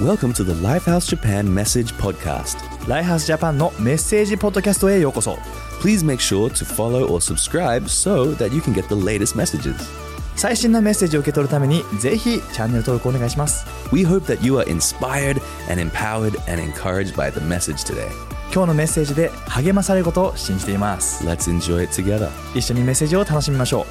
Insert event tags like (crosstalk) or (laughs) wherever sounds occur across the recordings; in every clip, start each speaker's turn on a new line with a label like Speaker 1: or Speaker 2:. Speaker 1: Welcome to the Lifehouse Japan Message Podcast.
Speaker 2: ライハースジャパンのメッセージポッドキャストへようこそ
Speaker 1: Please make sure to follow or subscribe so that you can get the latest messages.
Speaker 2: 最新のメッセージを受け取るためにぜひチャンネル登録お願いします
Speaker 1: We hope that you are inspired and empowered and encouraged by the message today.
Speaker 2: 今日のメッセージで励まされることを信じています
Speaker 1: Let's enjoy it together.
Speaker 2: 一緒にメッセージを楽しみましょ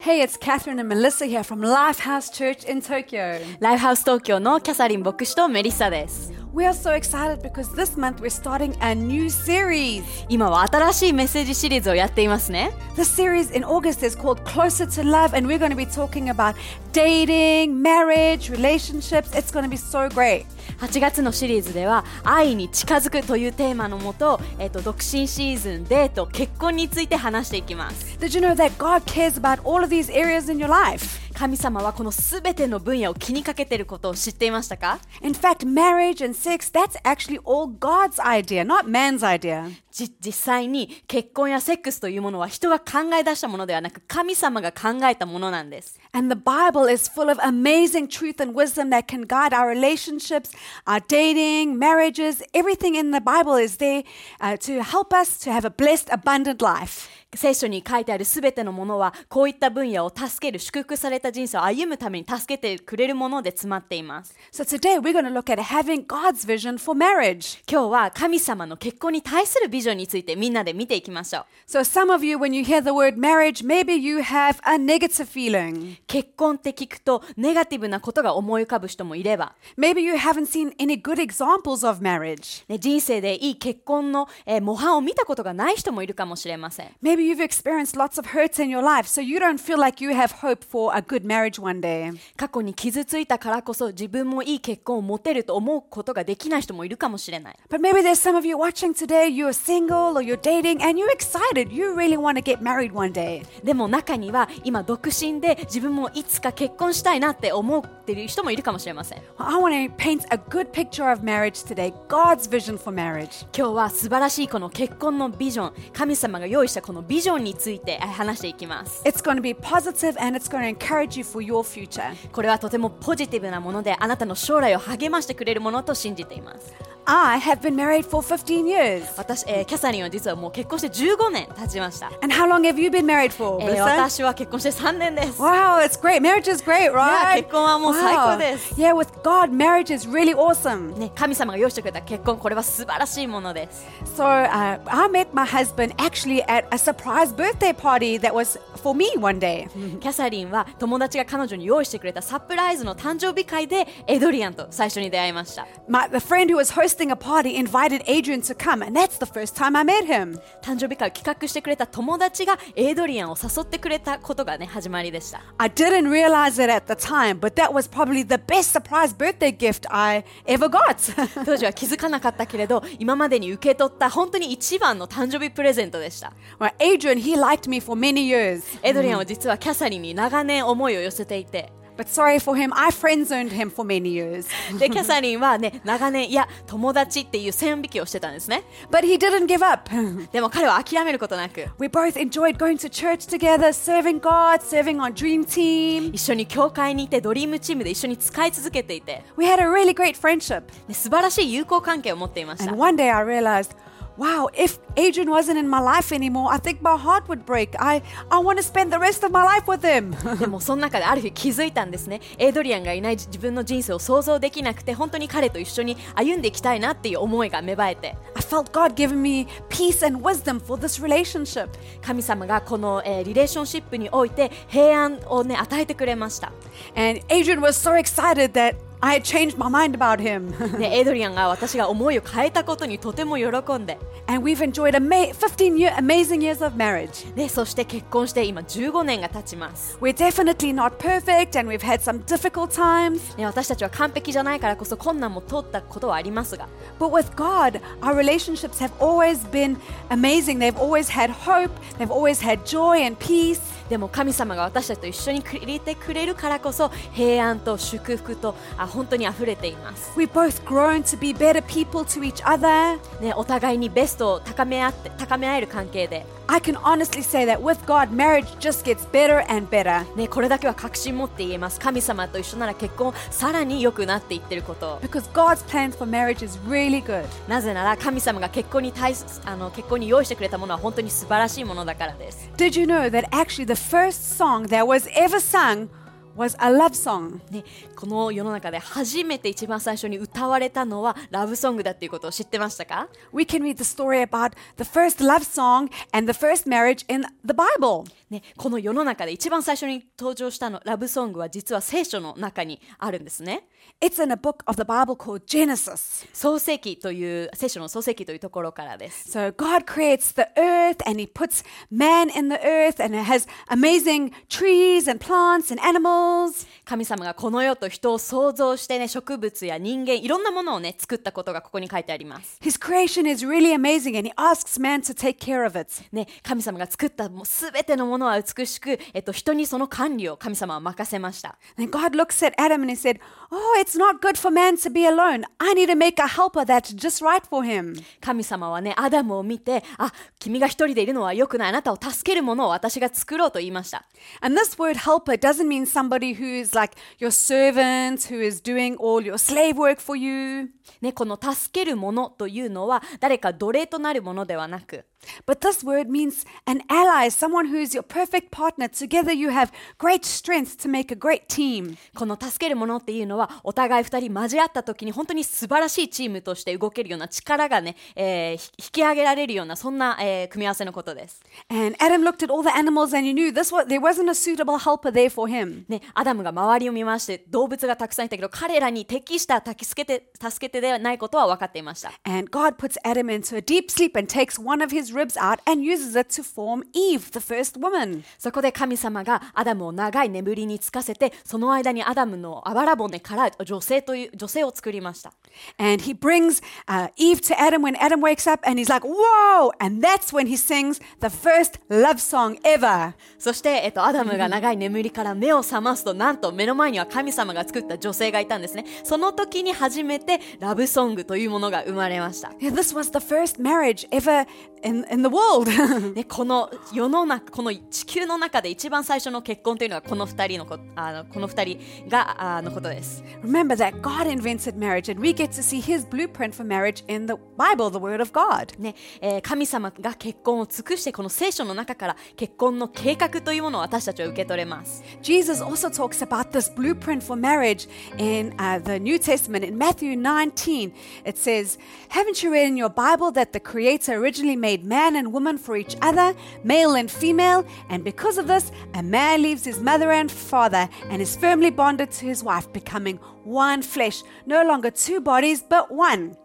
Speaker 3: Hey, it's Catherine and Melissa here from Lifehouse Church in Tokyo.
Speaker 4: ライフハウス東京のキャサリン牧師とメリッサです
Speaker 3: We are so excited because this month we're starting a new series.
Speaker 4: 今は新しいメッセージシリーズをやっていますね
Speaker 3: This series in August is called Closer to Love, and we're going to be talking about dating, marriage, relationships. It's going to be so great.
Speaker 4: 8月のシリーズでは「愛に近づく」というテーマのもと、えっと独身シーズンデート結婚について話していきます
Speaker 3: Did you know that God cares about all of these areas in your life?
Speaker 4: 神様はこの全ての分野を気にかけていることを知っていましたか
Speaker 3: In fact, marriage and sex, that's actually all God's idea, not man's idea.
Speaker 4: じ実際に結婚やセックスというものは人が考え出したものではなく神様が考えたものなんです
Speaker 3: And the Bible is full of amazing truth and wisdom that can guide our relationships, our dating, marriages. Everything in the Bible is there uh, to help us to have a blessed, abundant life.
Speaker 4: 聖書に書いてあるすべてのものはこういった分野を助ける祝福された人生を歩むために助けてくれるもので詰まっています
Speaker 3: So today we're going to look at having God's vision for marriage.
Speaker 4: 今日は神様の結婚に対するビジョンについてみんなで見ていきましょう
Speaker 3: So some of you, when you hear the word marriage, maybe you have a negative feeling.
Speaker 4: 結婚って聞くとネガティブなことが思い浮かぶ人もいれば、
Speaker 3: Maybe you haven't seen any good examples of marriage.
Speaker 4: ね、人生でいい結婚の、えー模範を見たことがない人もいるかもしれません
Speaker 3: Maybe you've experienced lots of hurts in your life, so you don't feel like you have hope for a good marriage one day.
Speaker 4: 過去に傷ついたからこそ自分もいい結婚を持てると思うことができない人もいるかもしれない
Speaker 3: But maybe there's some of you watching today, you're single or you're dating and you're excited. You really want to get married one day.
Speaker 4: でも中には今独身で自分もいつか結婚したいなって思ってる人もいるかもしれません
Speaker 3: Well, I want to paint a good picture of marriage today, God's vision for marriage.
Speaker 4: 今日は素晴らしいこの結婚のビジョン神様が用意したこのビジョンについてえー話していきます
Speaker 3: It's going to be positive and it's going to encourage you for your future.
Speaker 4: これはとてもポジティブなものであなたの将来を励ましてくれるものと信じています
Speaker 3: I have been married for 15 years.
Speaker 4: 私、えーキャサリンは実はもう結婚して15年経ちました、
Speaker 3: And how long have you been married for?
Speaker 4: えー
Speaker 3: Melissa?
Speaker 4: 私は結婚して3年です
Speaker 3: Wow, it's great. Marriage is great, right?
Speaker 4: 結婚はもう最高です。
Speaker 3: Yeah, with God, marriage is really awesome.
Speaker 4: ね、神様が用意してくれた結婚これは素晴らしいものです
Speaker 3: So uh, I met my husband actually at a surprise birthday party that was for me one day.
Speaker 4: キャサリンは友達が彼女に用意してくれたサプライズの誕生日会でエドリアンと最初に出会いました
Speaker 3: My, the friend who was hosting a party invited Adrian to come, and that's the first time I met him.
Speaker 4: 誕生日会を企画してくれた友達がエドリアンを誘ってくれたことがね始まりでした
Speaker 3: I didn't realize it at the time, but that was probably the best surprise birthday gift I ever got. (laughs)
Speaker 4: 当時は気づかなかったけれど今までに受け取った本当に一番の誕生日プレゼントでした
Speaker 3: well, Adrian, he liked me for many years,
Speaker 4: エドリアンは実はキャサリンに長年思いを寄せていて
Speaker 3: but sorry for him, I friend zoned him for many years.
Speaker 4: でキャサリンはね長年いや友達っていう線引きをしてたんですね
Speaker 3: But he didn't give up. (laughs)
Speaker 4: でも彼は諦めることなく
Speaker 3: we both enjoyed going to church together, serving God, serving on Dream Team.
Speaker 4: 一緒に教会にいてドリームチームで一緒に使い続けていて
Speaker 3: We had a really great friendship.
Speaker 4: ね素晴らしい友好関係を持っていました
Speaker 3: And one day I realized, wow, if Adrian wasn't in my life anymore, I think my heart would break. I, I want to spend the rest of my life with him. (laughs)
Speaker 4: でもその中である日気づいたんですねエイドリアンがいない自分の人生を想像できなくて本当に彼と一緒に歩んでいきたいなっていう思いが芽生えて
Speaker 3: I felt God giving me peace and wisdom for this relationship.
Speaker 4: 神様がこの、えーリレーションシップにおいて平安をね与えてくれました、
Speaker 3: And Adrian was so excited that I had changed my mind about him. (laughs)
Speaker 4: ね、エイドリアンが私が思いを変えたことにとても喜んで
Speaker 3: and we've enjoyed ama- 15 year, amazing years of marriage.
Speaker 4: でそして結婚して今15年が経ちます、
Speaker 3: We're definitely not perfect and we've had some difficult times,
Speaker 4: ね、私たちは完璧じゃないからこそ困難も通ったことはありますが
Speaker 3: but with God, our relationships have always been amazing. They've always had hope, they've always had joy and peace.
Speaker 4: でも神様が私たちと一緒にくれてくれるからこそ平安と祝福とあ本当に溢れています、
Speaker 3: We've both grown to be better people to each other.
Speaker 4: ね、お互いにベストを高め合って高め合える関係で、
Speaker 3: I can honestly say that with God, marriage just gets better and better
Speaker 4: ね、これだけは確信持って言えます神様と一緒なら結婚さらに良くなっていってること
Speaker 3: because God's plan for marriage is really good.
Speaker 4: なぜなら神様が結婚に対すあの結婚に用意してくれたものは本当に素晴らしいものだからです
Speaker 3: Did you know that actually the first song that was ever sung was a love song?
Speaker 4: ね、この世の中で初めて一番最初に歌われたのはラブソングだっていうことを知ってましたか
Speaker 3: We can read the story about the first love song and the first marriage in the Bible.
Speaker 4: ね、この世の中で一番最初に登場したのラブソングは実は聖書の中にあるんですね
Speaker 3: It's in a book of the Bible called Genesis.
Speaker 4: 創世記という聖書の創世記というところからです
Speaker 3: So God creates the earth and he puts man in the earth and it has amazing trees and plants and animals.
Speaker 4: 神様がこの世と人を創造してね植物や人間いろんなものをね作ったことがここに書いてあります、
Speaker 3: His creation is really amazing and he asks man to take care of it.
Speaker 4: ね、神様が作ったもう全てのものは美しく、えっと、人にその管理を神様は任せました
Speaker 3: And God looks at Adam and he said, Oh, it's not good for man to be alone. I need to make a helper that's just right for him.
Speaker 4: 神様はねアダムを見てあ君が一人でいるのは良くないあなたを助けるものを私が作ろうと言いました
Speaker 3: And this word helper doesn't mean somebody who's like your servant, who is doing all your slave work for you.
Speaker 4: ね、この助けるものというのは誰か奴隷となるものではなく
Speaker 3: But this word means an ally, someone who is your perfect partner. Together you have great strength to make a great team.
Speaker 4: この助けるものっていうのはお互い二人交わった時に本当に素晴らしいチームとして動けるような力がね、えーひ引き上げられるようなそんな、えー組み合わせのことです、
Speaker 3: And Adam looked at all the animals and he knew this was, there wasn't a suitable helper there for him.
Speaker 4: ね、アダムが周りを見まして動物がたくさんいたけど彼らに適した助けて助けてではないことは分かっていました
Speaker 3: And God puts Adam into a deep sleep and takes one of his ribs out and uses it to form Eve, the first woman.
Speaker 4: そこで神様がアダムを長い眠りにつかせてその間にアダムのあばら骨から女性という女性を作りました
Speaker 3: And he brings uh, Eve to Adam when Adam wakes up and he's like, whoa! And that's when he sings the first love song ever.
Speaker 4: そして、えっと、アダムが長い眠りから目を覚ますとなんと目の前には神様が作った女性がいたんですねその時に初めてラブソングというものが生まれました、
Speaker 3: Yeah, this was the first marriage ever in, in the world. (laughs)
Speaker 4: ね、この世の中この地球の中で一番最初の結婚というのがこの二人のこあのこの二人があのことです
Speaker 3: Remember that God invented marriage and we get to see his blueprint for marriage in the Bible, the Word of God.
Speaker 4: ねえー神様が結婚を尽くしてこの聖書の中から結婚の計画というものを私たちは受け取れます
Speaker 3: Jesus also talks about this blueprint for marriage in uh, the New Testament. In Matthew 19, it says, Haven't you read in your Bible that the Creator originally made man and woman for each other, male and female? And because of this, a man leaves his mother and father and is firmly bonded to his wife, becoming one flesh, no longer two bodies, but one.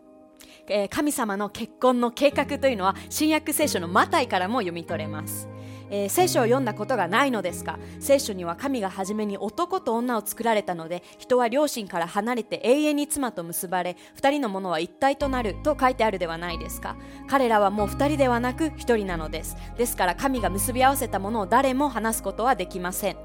Speaker 4: えー神様の結婚の計画というのは新約聖書のマタイからも読み取れます、えー聖書を読んだことがないのですが聖書には神が初めに男と女を作られたので人は両親から離れて永遠に妻と結ばれ二人のものは一体となると書いてあるではないですか彼らはもう二人ではなく一人なのですですから神が結び合わせたものを誰も離すことはできません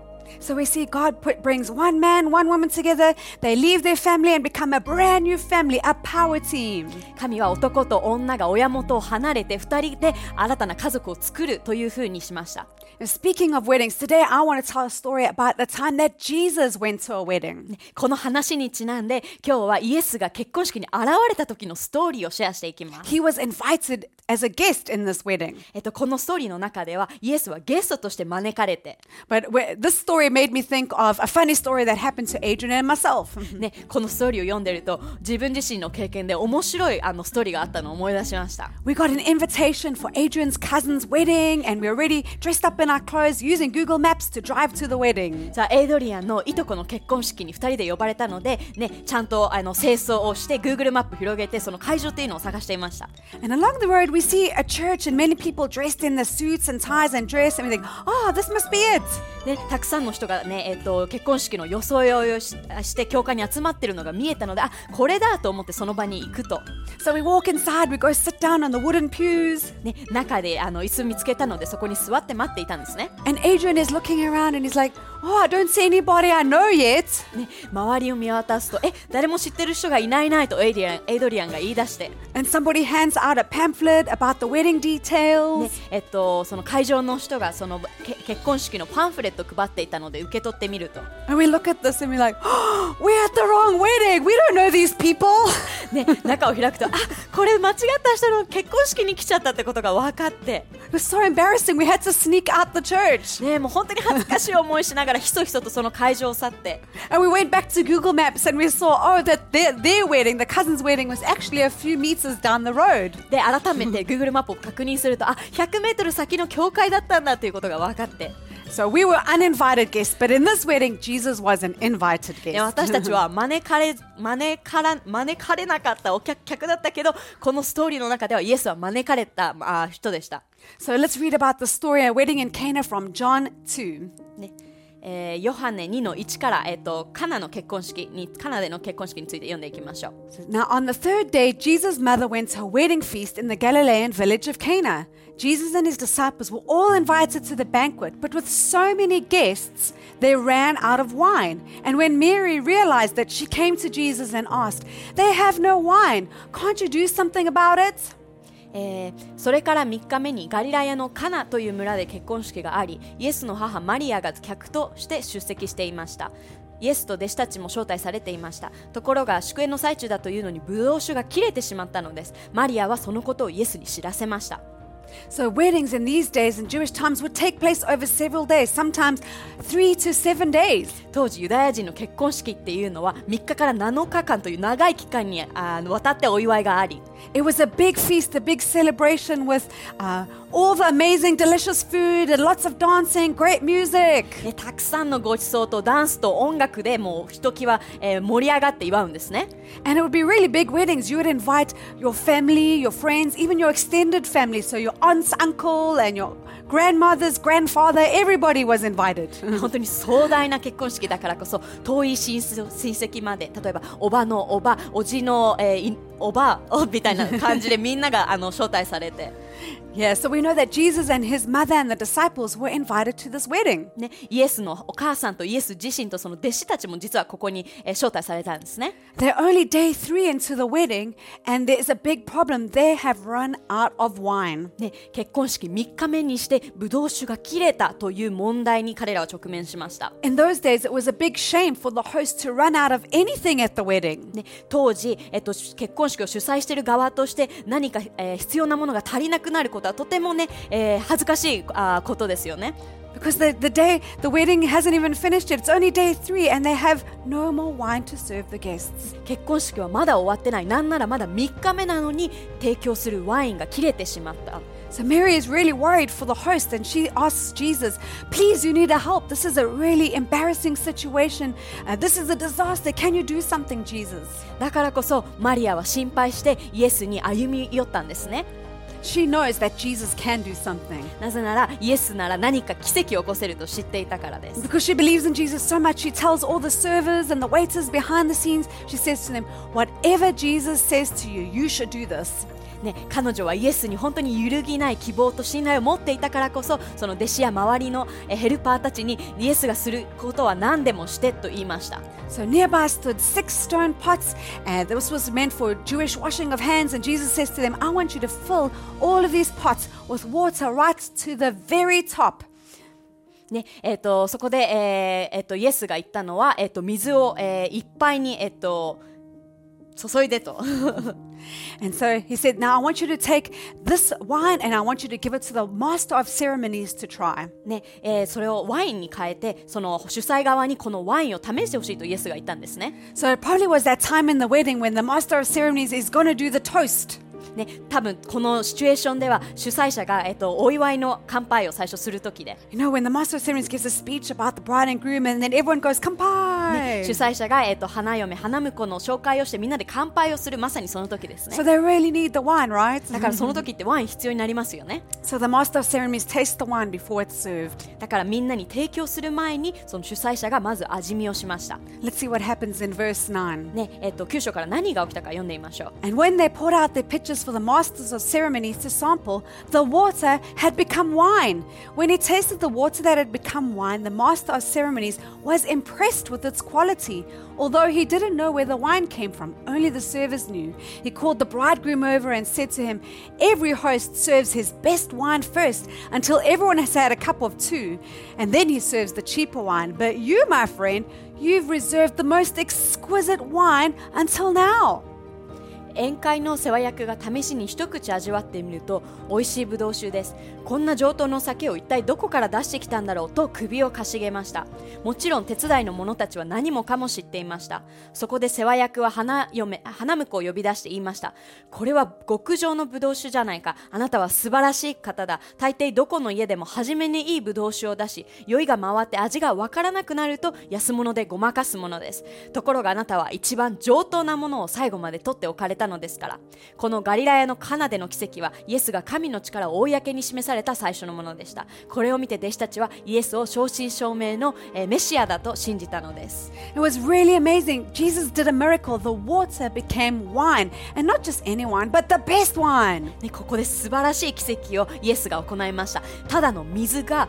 Speaker 3: So we see God put, brings one man, one woman together. They leave their family and become a brand new family, a power team.
Speaker 4: 神は男と女が親元を離れて二人で新たな家族を作るというふうにしました
Speaker 3: And speaking of weddings, today I want to tell a story about the time that Jesus went to a wedding.
Speaker 4: この話にちなんで今日はイエスが結婚式に現れた時のストーリーをシェアしていきます。
Speaker 3: He was invited as a guest in this wedding.
Speaker 4: えっと、このストーリーの中ではイエスはゲストとして招かれて、
Speaker 3: But wh- this story made me think of a funny story that happened to Adrian and myself. (laughs)
Speaker 4: ね、このストーリーを読んでると自分自身の経験で面白いあのストーリーがあったのを思い出しました、
Speaker 3: We got an invitation for Adrian's cousin's wedding, and we we're already dressed up in our clothes using Google Maps to drive to the wedding.
Speaker 4: さあエイドリアンのいとこの結婚式に2人で呼ばれたので、ね、ちゃんとあの清掃をして Google マップ広げてその会場っていうのを探していました。
Speaker 3: And along the road, we see a church and many people dressed in their suits and ties and dress, and we think, oh, this must be it.
Speaker 4: ね、たくさんんの人がね、えっと、結婚式の装いをしして教会に集まってるのが見えたのであこれだと思ってその場に行くと、
Speaker 3: So we walk inside, we go sit down on the wooden pews,
Speaker 4: ね、中であの椅子見つけたのでそこに座って待っていたんですね
Speaker 3: and Adrian is looking around and he's like, Oh, I don't see anybody I know yet.
Speaker 4: ね周りを見渡すとえ誰も知ってる人がいないないとエイリアンエイドリアンが言い出して、ね
Speaker 3: And somebody hands out a pamphlet about the wedding details.
Speaker 4: えっと、その会場の人がそのけ結婚式のパンフレット配っていたので受け取ってみると。
Speaker 3: And we look at this and we're like, oh, we're at the wrong wedding. We don't know these people. (laughs)
Speaker 4: ね、中を開くとあこれ間違った人の結婚式に来ちゃったってことが分かって、
Speaker 3: It was so embarrassing. We had to sneak out the church.
Speaker 4: ね、もう本当に恥ずかしい思いしながらひそひそとその会場を去って、
Speaker 3: And we went back to Google Maps and we saw, oh, that their, their wedding, the cousin's wedding, was actually a few meters down the road.
Speaker 4: で改めて Google マップを確認するとあ100メートル先の教会だったんだということが分かって、
Speaker 3: So we were uninvited guests, but in this wedding, Jesus was an invited
Speaker 4: ね、
Speaker 3: guest.
Speaker 4: 私たちは招かれ招から招かれなかったお客客だったけどこのストーリーの中ではイエスは招かれたあ人でした。
Speaker 3: (laughs) So let's read about the story, a wedding in Cana from John 2.
Speaker 4: ねえーヨハネ2の1から、えっとカナの結婚式にカナでの結婚式について読んでいきましょう。
Speaker 3: Now, on the third day, Jesus' mother went to her wedding feast in the Galilean village of Cana. Jesus and his disciples were all invited to the banquet, but with so many guests, they ran out of wine. And when Mary realized that, she came to Jesus and asked, They have no wine. Can't you do something about it?
Speaker 4: えーそれから3日目にガリラヤのカナという村で結婚式がありイエスの母マリアが客として出席していましたイエスと弟子たちも招待されていましたところが祝宴の最中だというのにブドウ酒が切れてしまったのですマリアはそのことをイエスに知らせました
Speaker 3: So, weddings in these days and Jewish times would take place over several days, sometimes three to seven days.
Speaker 4: 当時ユダヤ人の結婚式っていうのは3日から7日間という長い期間にあーわたってお祝いがあり
Speaker 3: It was a big feast, a big celebration with uh, all the amazing, delicious food and lots of dancing, great music.
Speaker 4: でたくさんのごちそうとダンスと音楽でもうひときわ、えー盛り上がって祝うんですね
Speaker 3: And it would be really big weddings. You would invite your family, your friends, even your extended family. So your aunt's uncle and your grandmother's grandfather, everybody was invited. (laughs)
Speaker 4: 本当に壮大な結婚式だからこそ遠い親戚親戚まで例えばおばのおばおじの、えーいおばおみたいな感じでみんながあの招待されて、
Speaker 3: yeah, so we know that Jesus and his mother and the disciples were invited to this wedding.
Speaker 4: ね、イエスのお母さんとイエス自身とその弟子たちも実はここに、えー招待されたんですね
Speaker 3: They're only day three into the wedding, and there's a big problem. They have run out of wine.
Speaker 4: ね結婚式3日目にしてブドウ酒が切れたという問題に彼らは直面しました、
Speaker 3: In those days, it was a big shame for the host to run out of anything at the wedding.
Speaker 4: ね、当時、えっと、結婚式を主催している側として何か、えー必要なものが足りなくなることはとてもね、えー恥ずかしいあーことですよね
Speaker 3: Because the, the day, the wedding hasn't even finished yet. It's only day three, and they have no more wine to serve the guests.
Speaker 4: 結婚式はまだ終わってないなんならまだ3日目なのに提供するワインが切れてしまった
Speaker 3: So Mary is really worried for the host, and she asks Jesus, Please, you need a help. This is a really embarrassing situation. Uh, this is a disaster. Can you do something, Jesus?
Speaker 4: だからこそマリアは心配してイエスに歩み寄ったんですね
Speaker 3: She knows that Jesus can do something.
Speaker 4: なぜならイエスなら何か奇跡を起こせると知っていたからです
Speaker 3: Because she believes in Jesus so much, she tells all the servers and the waiters behind the scenes, she says to them, Whatever Jesus says to you, you should do this.
Speaker 4: ね、彼女はイエスに本当に揺るぎない希望と信頼を持っていたからこそその弟子や周りのえヘルパーたちにイエスがすることは何でもしてと言いました
Speaker 3: So nearby stood six stone pots, and this was meant for Jewish washing of hands. And Jesus says to them, I want you to fill all of these pots with water right to the very top.
Speaker 4: ねえー、とそこで、えーえーとイエスが言ったのは、えー、と水を、えーいっぱいに、えー、と注いでと (laughs)
Speaker 3: And so he said, Now I want you to take this wine and I want you to give it to the master of ceremonies to try.
Speaker 4: ね、えーそれをワインに変えてその主催側にこのワインを試してほしいとイエスが言ったんですね、
Speaker 3: So it probably was that time in the wedding when the master of ceremonies is going to do the toast.
Speaker 4: ね、多分このシチュエーションでは主催者が、えっと、お祝いの乾杯を最初する時で、
Speaker 3: You know, when the master of ceremonies gives a speech about the bride and groom, and then everyone goes, Kampai!
Speaker 4: 主催者が、えっと、花嫁花婿の紹介をしてみんなで乾杯をするまさにその時ですね
Speaker 3: So they really need the wine, right?
Speaker 4: だからその時ってワイン必要になりますよね
Speaker 3: So the master of ceremonies tastes the wine before it's served.
Speaker 4: だからみんなに提供する前にその主催者がまず味見をしました、
Speaker 3: Let's see what happens in verse 9.
Speaker 4: ねえっと、9章から何が起きたか読んでみましょう
Speaker 3: And when they poured out their pitchers for the masters of ceremonies to sample, the water had become wine. When he tasted the water that had become wine, the master of ceremonies was impressed with its quality. Although he didn't know where the wine came from, only the servers knew. He called the bridegroom over and said to him, Every host serves his best wine first until everyone has had a cup of two, and then he serves the cheaper wine. But you, my friend, you've reserved the most exquisite wine until now.
Speaker 4: 宴会の世話役が試しに一口味わってみると美味しいブドウ酒ですこんな上等の酒を一体どこから出してきたんだろうと首をかしげましたもちろん手伝いの者たちは何もかも知っていましたそこで世話役は花嫁花婿を呼び出して言いましたこれは極上のブドウ酒じゃないかあなたは素晴らしい方だ大抵どこの家でも初めにいいブドウ酒を出し酔いが回って味がわからなくなると安物でごまかすものですところがあなたは一番上等なものを最後まで取っておかれたのですからこのガリラヤのカナでの奇跡はイエスが神の力を公に示された最初のものでしたこれを見て弟子たちはイエスを正真正銘のえーメシアだと信じたのです
Speaker 3: It was really amazing. Jesus did a miracle. The water became wine, and not just any wine, but the best wine.
Speaker 4: ね、ここで素晴らしい奇跡をイエスが行いましたただの水が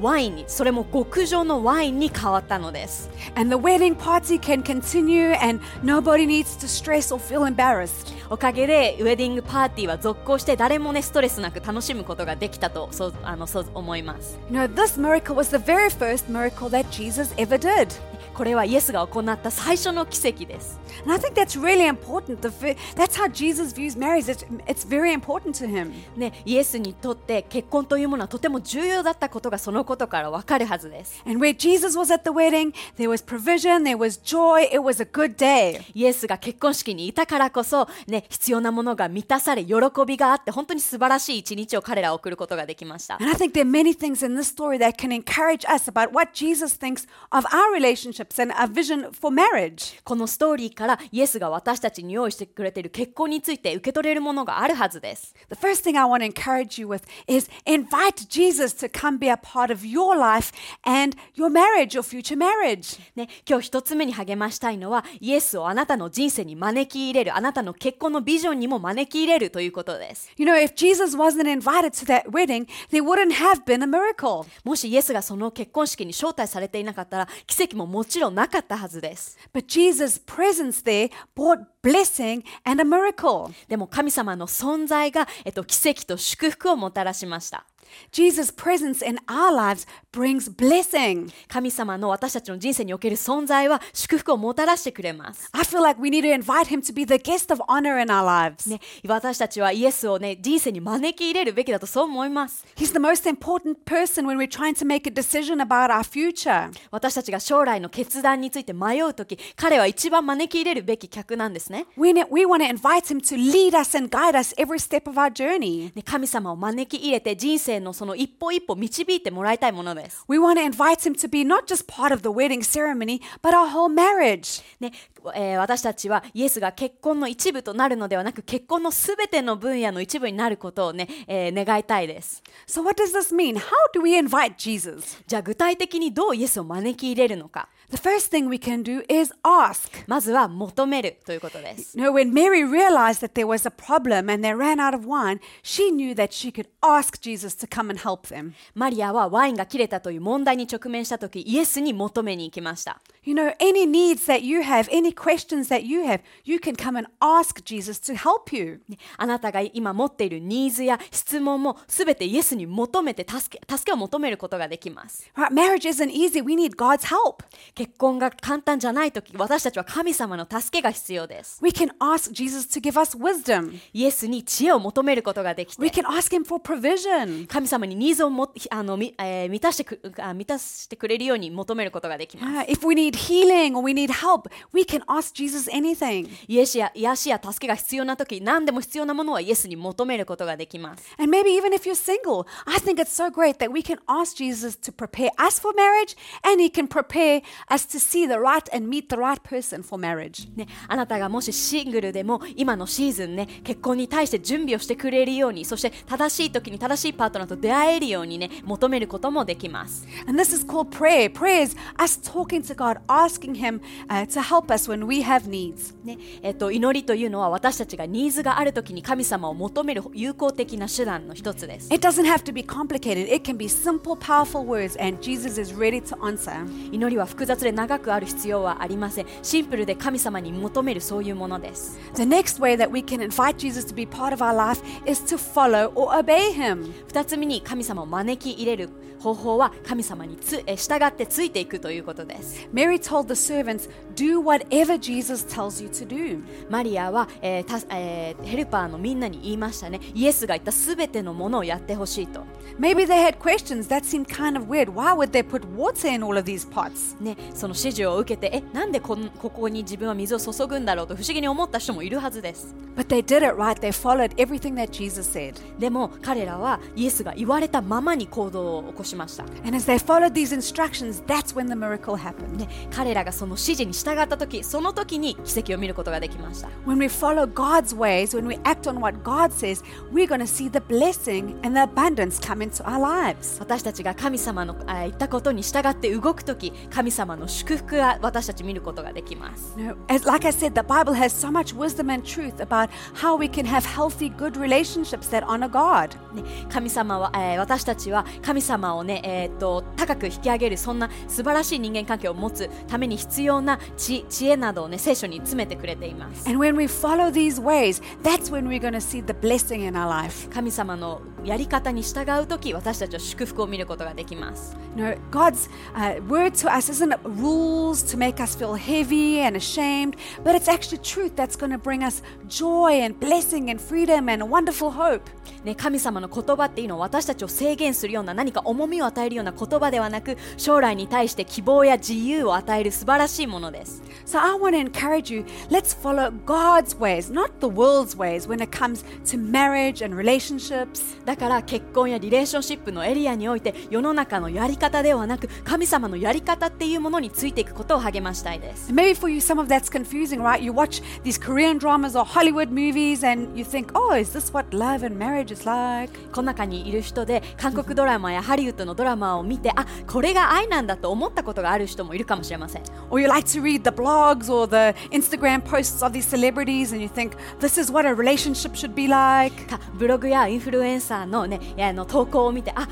Speaker 4: ワインにそれも極上のワインに変わったのです
Speaker 3: And the wedding party can continue, and nobody needs to stress or feel embarrassed.
Speaker 4: おかげでウェディングパーティーは続行して誰もねストレスなく楽しむことができたとそうあのそう思います
Speaker 3: You know, this miracle was the very first miracle that Jesus ever did.
Speaker 4: これはイエスが行った最初の奇跡です
Speaker 3: And I think that's really important. The fir- that's how Jesus views marriage. It's, it's very important to him.
Speaker 4: ね、イエスにとって結婚というものはとても重要だったことがそのことからわかるはずです。
Speaker 3: And where Jesus was at the wedding, there was provision, there was joy, it was a good day.
Speaker 4: イエスが結婚式にいたからこそ、ね、必要なものが満たされ、喜びがあって、本当に素晴らしい一日を彼らは送ることができました。
Speaker 3: And I think there are many things in this story that can encourage us about what Jesus thinks of our relationships and our vision for marriage.
Speaker 4: このストーリーからイエスが私たちに用意してくれている結婚について受け取れるものがあるはずです。
Speaker 3: The first thing I want to encourage you with is invite Jesus to come be a part of your life and your marriage, your future marriage.
Speaker 4: ね、今日一つ目に励ましたいのは、イエスをあなたの人生に招き入れる、あなたの結婚のビジョンにも招き入れるということです。
Speaker 3: You know, if Jesus wasn't invited to that wedding, there wouldn't have been a miracle.
Speaker 4: もしイエスがその結婚式に招待されていなかったら奇跡ももちろんなかったはずです
Speaker 3: But Jesus' presence there brought blessing and a miracle.
Speaker 4: でも神様の存在が、えっと、奇跡と祝福をもたらしました
Speaker 3: Jesus' presence in our lives brings blessing.
Speaker 4: 神様の私たちの人生における存在は祝福をもたらしてくれます、
Speaker 3: I feel like we need to invite him to be the guest of honor in our lives.
Speaker 4: ね、私たちはイエスをね人生に招き入れるべきだとそう思います
Speaker 3: He's the most important person when we're trying to make a decision about our future.
Speaker 4: 私たちが将来の決断について迷う時彼は一番招き入れるべき客なんですね
Speaker 3: We, ne- we want to invite him to lead us and guide us every step of our journey.
Speaker 4: ね神様を招き入れて人生のその一歩一歩導いてもらいたいものです
Speaker 3: We want to invite him to be not just part of the wedding ceremony, but our whole marriage.
Speaker 4: ねえー私たちはイエスが結婚の一部となるのではなく結婚のすべての分野の一部になることを、ねえー願いたいです
Speaker 3: So, what does this mean? How do we invite Jesus?
Speaker 4: じゃあ具体的にどうイエスを招き入れるのか
Speaker 3: The first thing we can do is ask.
Speaker 4: まずは求めるということです、
Speaker 3: You know, when Mary realized that there was a problem and they ran out of wine, she knew that she could ask Jesus to come and help them.
Speaker 4: マリアはワインが切れたという問題に直面した時イエスに求めに行きました
Speaker 3: You know, any needs that you have, any questions that you have, you can come and ask Jesus to help you.
Speaker 4: ねあなたが今持っているニーズや質問もすべてイエスに求めて助け助けを求めることができます
Speaker 3: Right? Marriage isn't easy. We need God's help.
Speaker 4: 結結婚が簡単じゃない時私たちは神様の助けが必要です
Speaker 3: We can ask Jesus to give us wisdom.
Speaker 4: イエスに知恵を求めることができ
Speaker 3: We
Speaker 4: て
Speaker 3: can ask Him for provision.
Speaker 4: 神様にニーズをもあの、みえー満たしてくあ満たしてくれるように求めることができます
Speaker 3: Uh, if we need healing or we need help, we can ask Jesus anything.
Speaker 4: イエスや癒しや助けが必要な時何でも必要なものはイエスに求めることができます
Speaker 3: And maybe even if you're single, I think it's so great that we can ask Jesus to prepare us for marriage and He can prepare us to see the right and meet the right person for marriage.
Speaker 4: ね、あなたがもしシングルでも今のシーズンね結婚に対して準備をしてくれるようにそして正しい時に正しいパートナーと出会えるようにね求めることもできます
Speaker 3: And this is called prayer. Prayer is us talking to God, asking Him uh, to help us when we have needs.
Speaker 4: ねえっと、祈りというのは私たちがニーズがある時に神様を求める有効的な手段の一つです
Speaker 3: It doesn't have to be complicated, it can be simple, powerful words, and Jesus is ready to answer.
Speaker 4: 祈りは複雑で長くある必要はありませんシンプルで神様に求めるそういうものです
Speaker 3: The next way that we can invite Jesus to be part of our life is to follow or obey Him.
Speaker 4: 2つ目に神様を招き入れる方法は神様につえ従ってついていくということです
Speaker 3: Mary told the servants, Do whatever Jesus tells you to do.
Speaker 4: マリアは、えーたえーヘルパーのみんなに言いましたねイエスが言ったすべてのものをやってほしいと、
Speaker 3: Maybe they had questions that seemed kind of weird. Why would they put water in all of these pots?
Speaker 4: ね、その指示を受けてえなんでこんここに自分は水を注ぐんだろうと不思議に思った人もいるはずです
Speaker 3: But they did it right. They followed everything that Jesus said.
Speaker 4: でも彼らはイエスが言われたままに行動を起こしました、
Speaker 3: And as they followed these instructions, that's when the miracle happened.
Speaker 4: ね、彼らがその指示に従った時その時に奇跡を見ることができました
Speaker 3: When we follow God's ways, when we act on what God says, we're going to see the blessing and the abundance come into our lives.
Speaker 4: 私たちが神様のあ言ったことに従って動く時神様の祝福が私たち見ることができます
Speaker 3: You know, as, like I said, the Bible has so much wisdom and truth about how we can have healthy, good relationships that honor God.
Speaker 4: ね、神様は、えー私たちは神様をね、えーっと高く引き上げるそんな素晴らしい人間関係を持つために必要な知知恵などをね聖書に詰めてくれています
Speaker 3: And when we follow these ways, that's when we're going to see the blessing in our life.
Speaker 4: 神様のやり方に従う時私たちは祝福を見ることができます
Speaker 3: You know, God's uh, word to us isn't rules to make us feel heavy and ashamed, but it's actually truth that's going to bring us joy and blessing and freedom and a wonderful hope.
Speaker 4: ね、神様の言葉っていうのは私たちを制限するような何か重みを与えるような言葉ではなく将来に対して希望や自由を与える素晴らしいものです
Speaker 3: So I want to encourage you let's follow God's ways, not the world's ways, when it comes to marriage and relationships.
Speaker 4: だから結婚やリレーションシップのエリアにおいて世の中のやり方ではなく神様のやり方っていうものについていくことを励ましたいです
Speaker 3: And maybe for you, some of that's confusing, right? You watch these Korean dramas or Hollywood movies and you think, oh, is this what love and marriage is like?
Speaker 4: この中にいる人で韓国ドラマやハリウッドのドラマを見てあこれが愛なんだと思ったことがある人もいるかもしれません
Speaker 3: Or you like to read the blogs or the Instagram posts of these celebrities and you think, this is what a relationship should be like.
Speaker 4: かブログやインフルエンサーのねあの投稿を見てあ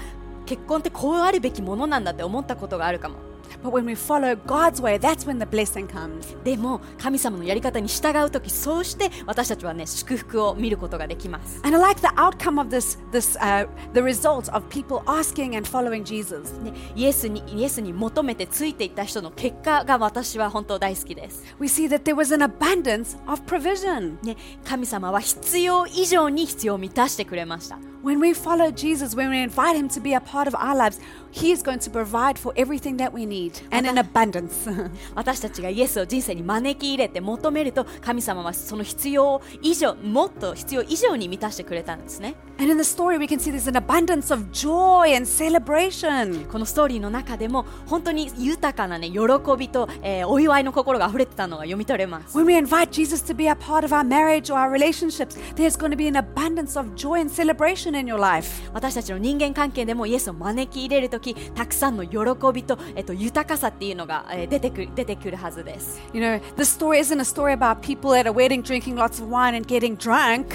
Speaker 4: 結婚ってこうあるべきものなんだって思ったことがあるかも
Speaker 3: But when we follow God's way, that's when the blessing comes.
Speaker 4: でも神様のやり方に従う時そうして私たちはね祝福を見ることができます
Speaker 3: And I like the outcome of this, this uh, the result of people asking and following Jesus.
Speaker 4: ね、イエスにイエスに求めてついていった人の結果が私は本当大好きです、
Speaker 3: We see that there was an abundance of provision.
Speaker 4: ね、神様は必要以上に必要を満たしてくれました
Speaker 3: When we follow Jesus, when we invite Him to be a part of our lives, He is going to provide for everything that we need and in abundance. (laughs)
Speaker 4: 私たちがイエスを人生に招き入れて求めると神様はその必要以上もっと必要以上に満たしてくれたんですね
Speaker 3: and in the story, we can see there's an abundance of joy and celebration.
Speaker 4: このストーリーの中でも本当に豊かなね喜びと、えーお祝いの心が溢れてたのが読み取れます
Speaker 3: When we invite Jesus to be a part of our marriage or our relationships, there's going to be an abundance of joy and celebration in your life.
Speaker 4: 私たちの人間関係でもイエスを招き入れるときたくさんの喜びと、えっと、豊かさっていうのが、えー出てくる出てくるはずです
Speaker 3: You know, this story isn't a story about people at a wedding drinking lots of wine and getting drunk.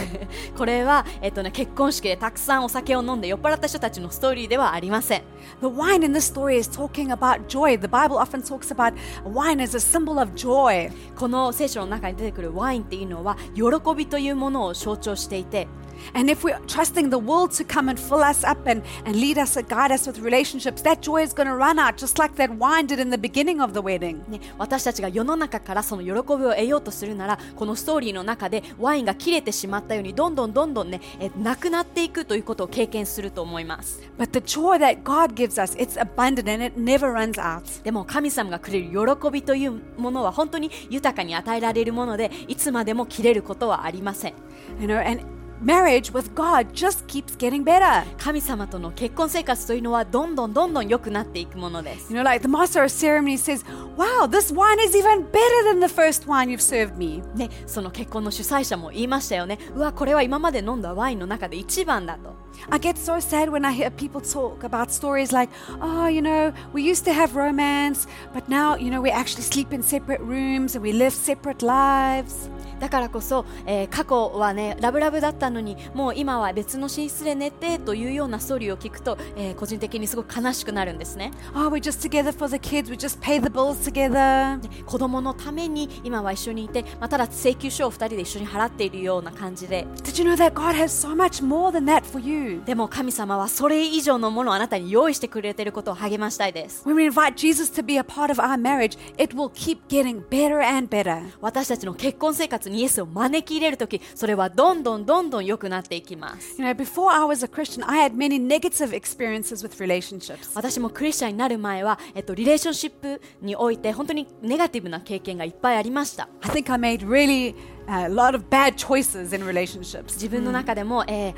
Speaker 4: これは、えっとね、結婚式でたくさんお酒を飲んで酔っ払った人たちのストーリーではありません
Speaker 3: The wine in this story is talking about joy. The Bible often talks about wine as a symbol of joy.
Speaker 4: この聖書の中に出てくるワインっていうのは喜びというものを象徴していて
Speaker 3: And if we're trusting the world to come and fill us up and, and lead us and guide us with relationships, that joy is going to run out, just like that wine did in the beginning of the wedding.
Speaker 4: ね、私たちが世の中からその喜びを得ようとするならこのストーリーの中でワインが切れてしまったようにどんどんどんどんねえなくなっていくということを経験すると思います
Speaker 3: But the joy that God gives us, it's abundant and it never runs out.
Speaker 4: でも神様がくれる喜びというものは本当に豊かに与えられるものでいつまでも切れることはありません
Speaker 3: You know, and marriage with God just keeps getting better.
Speaker 4: 神様との結婚生活というのはどんどんどんどん良くなっていくものです
Speaker 3: You know, like the master of ceremony says, Wow, this wine is even better than the first wine you've served me.
Speaker 4: ね、その結婚の主催者も言いましたよねうわこれは今まで飲んだワインの中で一番だと
Speaker 3: I get so sad when I hear people talk about stories like, oh, you know, we used to have romance, but now, you know, we actually sleep in separate rooms and we live separate lives.
Speaker 4: だからこそ、えー過去はねラブラブだったのにもう今は別の寝室で寝てというようなストーリーを聞くと、えー個人的にすごく悲しくなるんですね
Speaker 3: Oh, we're just together for the kids, we just pay the bills together.
Speaker 4: で子供のために今は一緒にいて、まあ、ただ請求書を2人で一緒に払っているような感じで
Speaker 3: Did you know that God has so much more than that for you?
Speaker 4: でも神様はそれ以上のものをあなたに用意してくれていることを励ましたいです
Speaker 3: When we invite Jesus to be a part of our marriage, it will keep getting better and better.
Speaker 4: 私たちの結婚生活にイエスを招き入れるときそれはどんどんどんどん良くなっていきます
Speaker 3: You know, before I was a Christian, I had many negative experiences with relationships.
Speaker 4: 私もクリスチャンになる前は、えっと、リレーションシップにおいて本当にネガティブな経験がいっぱいありました
Speaker 3: I think I made really a lot of bad choices in relationships.
Speaker 4: 自分の中でも、えー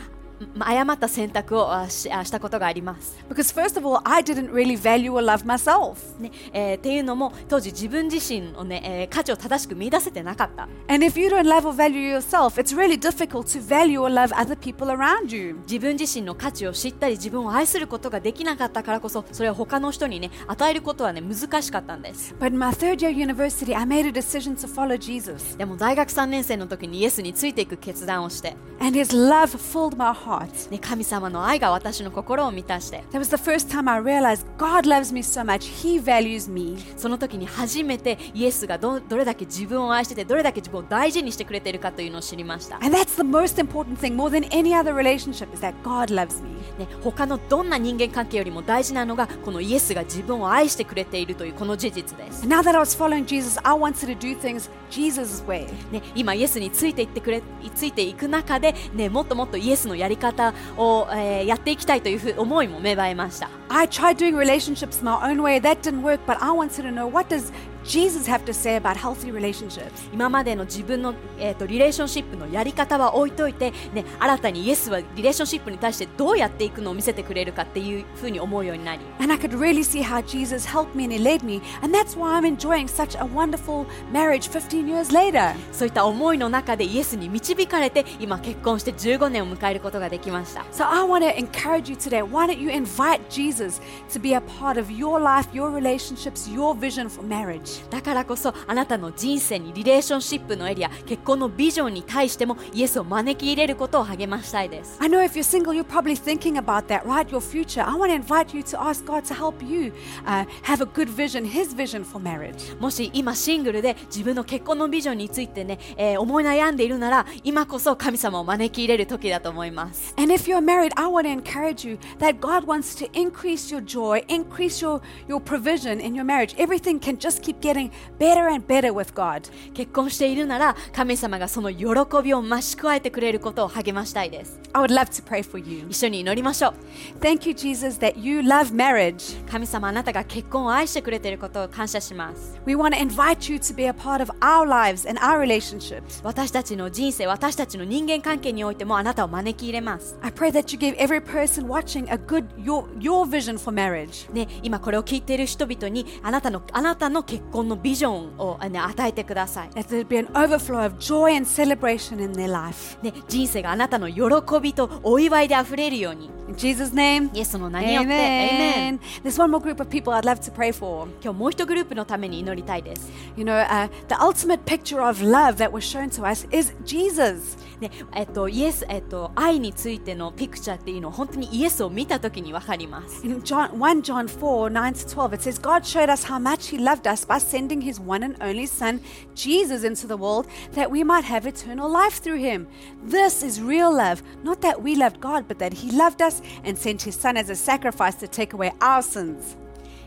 Speaker 4: ま誤った選択をあしあしたことがあります、
Speaker 3: Because, first of all, I didn't really value or love myself.
Speaker 4: ねえーっていうのも当時自分自身の、ねえー価値を正しく見出せてなかった
Speaker 3: And if you don't love or value yourself, it's really difficult to value or love other people around you.
Speaker 4: 自分自身の価値を知ったり自分を愛することができなかったからこそそれを他の人にね与えることはね難しかったんです
Speaker 3: But in my third year at university, I made a decision to follow Jesus.
Speaker 4: でも大学3年生の時にイエスについていく決断をして、
Speaker 3: And his love filled my heart.
Speaker 4: ね、神様の愛が私の心を満たして
Speaker 3: That was the first time I realized God loves me so much, he values me.
Speaker 4: その時に初めてイエスがどどれだけ自分を愛しててどれだけ自分を大事にしてくれてるかというのを知りました、ね、
Speaker 3: And that's the most important thing, more than any other relationship, is that God loves me.
Speaker 4: 他のどんな人間関係よりも大事なのがこのイエスが自分を愛してくれているというこの事実です、
Speaker 3: And now that I was following Jesus, I wanted to do things Jesus' way.
Speaker 4: ね、今イエスについていってくれついていく中で、ね、もっともっとイエスのやり方を、えーやっていきたいというふう思いも芽生えました
Speaker 3: I tried doing relationships my own way. That didn't work, but I wanted to know what does Jesus have to say about healthy relationships?
Speaker 4: 今までの自分の、えー、とリレーションシップのやり方は置いといて、ね、新たにイエスはリレーションシップに対してどうやっていくのを見せてくれるかっていうふうに思うようになり
Speaker 3: And I could really see how Jesus helped me and he led me. And that's why I'm enjoying such a wonderful marriage 15 years later.
Speaker 4: そういった思いの中でイエスに導かれて今結婚して15年を迎えることができました
Speaker 3: So I want to encourage you today. Why don't you invite Jesus to be a part of your life, your relationships, your vision for marriage?
Speaker 4: だからこそあなたの人生にリレーションシップのエリア結婚のビジョンに対してもイエスを招き入れることを励ましたいです
Speaker 3: I know if you're single, you're probably thinking about that, right? Your future. I want to invite you to ask God to help you uh, have a good vision, His vision for marriage.
Speaker 4: もし今シングルで自分の結婚のビジョンについてね、えー思い悩んでいるなら今こそ神様を招き入れる時だと思います
Speaker 3: And if you're married, I want to encourage you that God wants to increase your joy, increase your, your provision in your marriage. Everything can just keep getting better and better with God.
Speaker 4: 結婚しているなら神様がその喜びを増し加えてくれることを励ましたいです
Speaker 3: I would love to pray for you.
Speaker 4: 一緒に祈りましょう
Speaker 3: Thank you, Jesus, that you love marriage.
Speaker 4: 神様あなたが結婚を愛してくれていることを感謝します
Speaker 3: We want to invite you to be a part of our lives and our relationships.
Speaker 4: 私たちの人生私たちの人間関係においてもあなたを招き入れます
Speaker 3: I pray that you give every person watching a good your your vision for marriage.
Speaker 4: ね、今これを聞いている人々にあなたのあなたの結婚のビジョンを、ね、与えてください、
Speaker 3: That there'd be an overflow of joy and celebration in their life.
Speaker 4: ね、人生があなたの喜びとお祝いであふれるように
Speaker 3: In Jesus' name.
Speaker 4: イエスの名によって Amen
Speaker 3: Amen. There's one more group of people I'd love to pray for.
Speaker 4: 今日もう一グループのために祈りたいです、
Speaker 3: You know, uh, the ultimate picture of love that was shown to us is Jesus.
Speaker 4: ねえっと、イエス、えっと、愛についてのピクチャーっていうのは本当にイエスを見た時に分かります
Speaker 3: In John, 1 John 4 9 to 12, it says, God showed us how much He loved us by by sending his one and only Son, Jesus, into the world that we might have eternal life through him. This is real love, not that we loved God, but that he loved us and sent his Son as a sacrifice to take away our sins.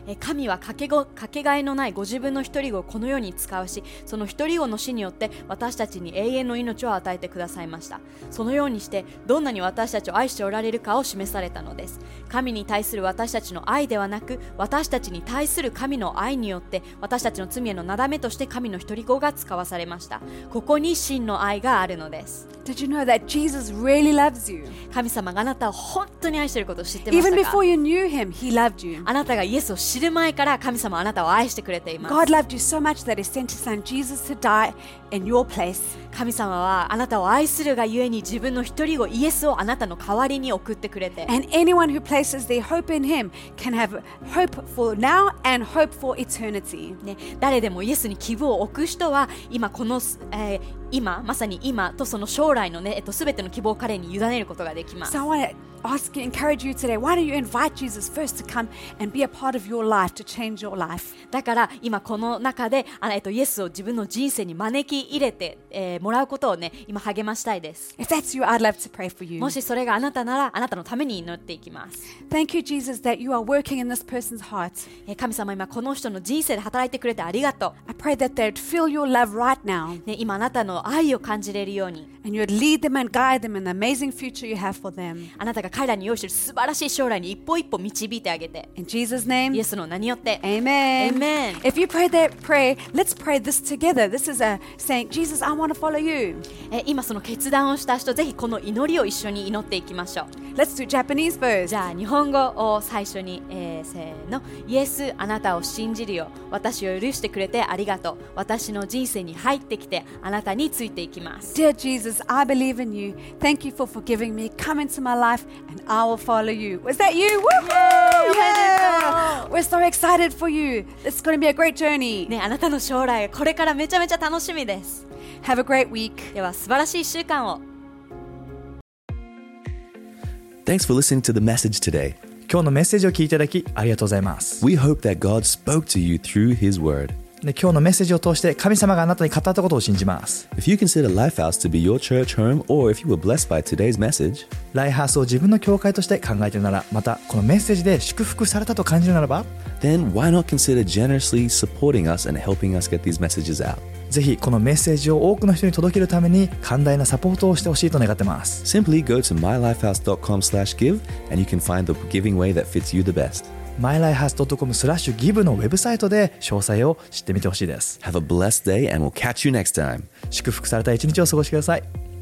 Speaker 4: えー神はかけごかけがえのないご自分の一人子をこの世に使うしその一人子の死によって私たちに永遠の命を与えてくださいましたそのようにしてどんなに私たちを愛しておられるかを示されたのです神に対する私たちの愛ではなく私たちに対する神の愛によって私たちの罪へのなだめとして神の一人子が使わされましたここに真の愛があるのです
Speaker 3: Did you know that Jesus really loves you?
Speaker 4: 神様があなたを本当に愛していることを知ってま
Speaker 3: Even
Speaker 4: したか
Speaker 3: before you knew him, he loved you.
Speaker 4: あなたがイエスを知る前から神様はあなたを愛してくれています
Speaker 3: God loved you so much that he sent his son Jesus to die in your place.
Speaker 4: 神様はあなたを愛するがゆえに自分の一人子イエスをあなたの代わりに送ってくれて
Speaker 3: And anyone who places their hope in him can have hope for now and hope for eternity.
Speaker 4: ね、誰でもイエスに希望を置く人は今この、えー今まさに今とその将来のね、えっと、全ての希望を彼に委ねることができます
Speaker 3: So I want to ask you, encourage you today, why don't you invite Jesus first to come and be a part of your life, to change your life?
Speaker 4: だから今この中であのえっと、イエスを自分の人生に招き入れて、えーもらうことをね今励ましたいです
Speaker 3: If that's you, I'd love to pray for you.
Speaker 4: もしそれがあなたならあなたのために祈っていきます、
Speaker 3: Thank you, Jesus, that you are working in this person's heart.
Speaker 4: えー神様今この人の人生で働いてくれてありがと
Speaker 3: I pray that they'd feel your love right now
Speaker 4: う、ね、今あなたの愛を感じれるように
Speaker 3: and you'd lead them and guide them in the amazing future you have for them.
Speaker 4: あなたが彼らに用意している素晴らしい将来に一歩一歩導いてあげて、
Speaker 3: In Jesus' name.
Speaker 4: イエスの名によって、
Speaker 3: Amen.
Speaker 4: Amen.
Speaker 3: If you pray that prayer, let's pray this together. This is a saying, Jesus, I want to follow you.
Speaker 4: え今その決断をした人、ぜひこの祈りを一緒に祈っていきましょう。
Speaker 3: Let's do Japanese first.
Speaker 4: じゃあ、日本語を最初に、えーせーの、イエス、あなたを信じるよ。私を許してくれてありがとう。私の人生に入ってきて、あなたについていきます。
Speaker 3: Dear Jesus, I believe in you. Thank you for forgiving me. Come into my life and I will follow you. Was that you? Woohoo! Yeah! We're so excited for you. It's going to be a great journey.
Speaker 4: ね、あなたの将来、これからめちゃめちゃ楽しみです。
Speaker 3: Have a great week.
Speaker 4: では、素晴らしい1週間を。
Speaker 1: Thanks for listening to the message today.
Speaker 2: 今日のメッセージを聞いていただきありがとうございます。
Speaker 1: We hope that God spoke to you through His Word.
Speaker 2: で今日のメッセージを通して神様があなたに語ったことを信じます。
Speaker 1: If you consider Lifehouse to be your church home, or if you were blessed by today's message,
Speaker 2: ライハースを自分の教会として考えているなら、またこのメッセージで祝福されたと感じるならば、
Speaker 1: then why not consider generously supporting us and helping us get these messages out?
Speaker 2: ぜひこのメッセージを多くの人に届けるために寛大なサポートをしてほしいと願ってます。
Speaker 1: Simply go to mylifehouse.com/give and you can find the giving way that fits you the best.
Speaker 2: mylifehouse.com スラッシュギブのウェブサイトで詳細を知ってみてほしいです。
Speaker 1: Have a blessed day and we'll catch you next time.
Speaker 2: 祝福された一日を過ごしてください。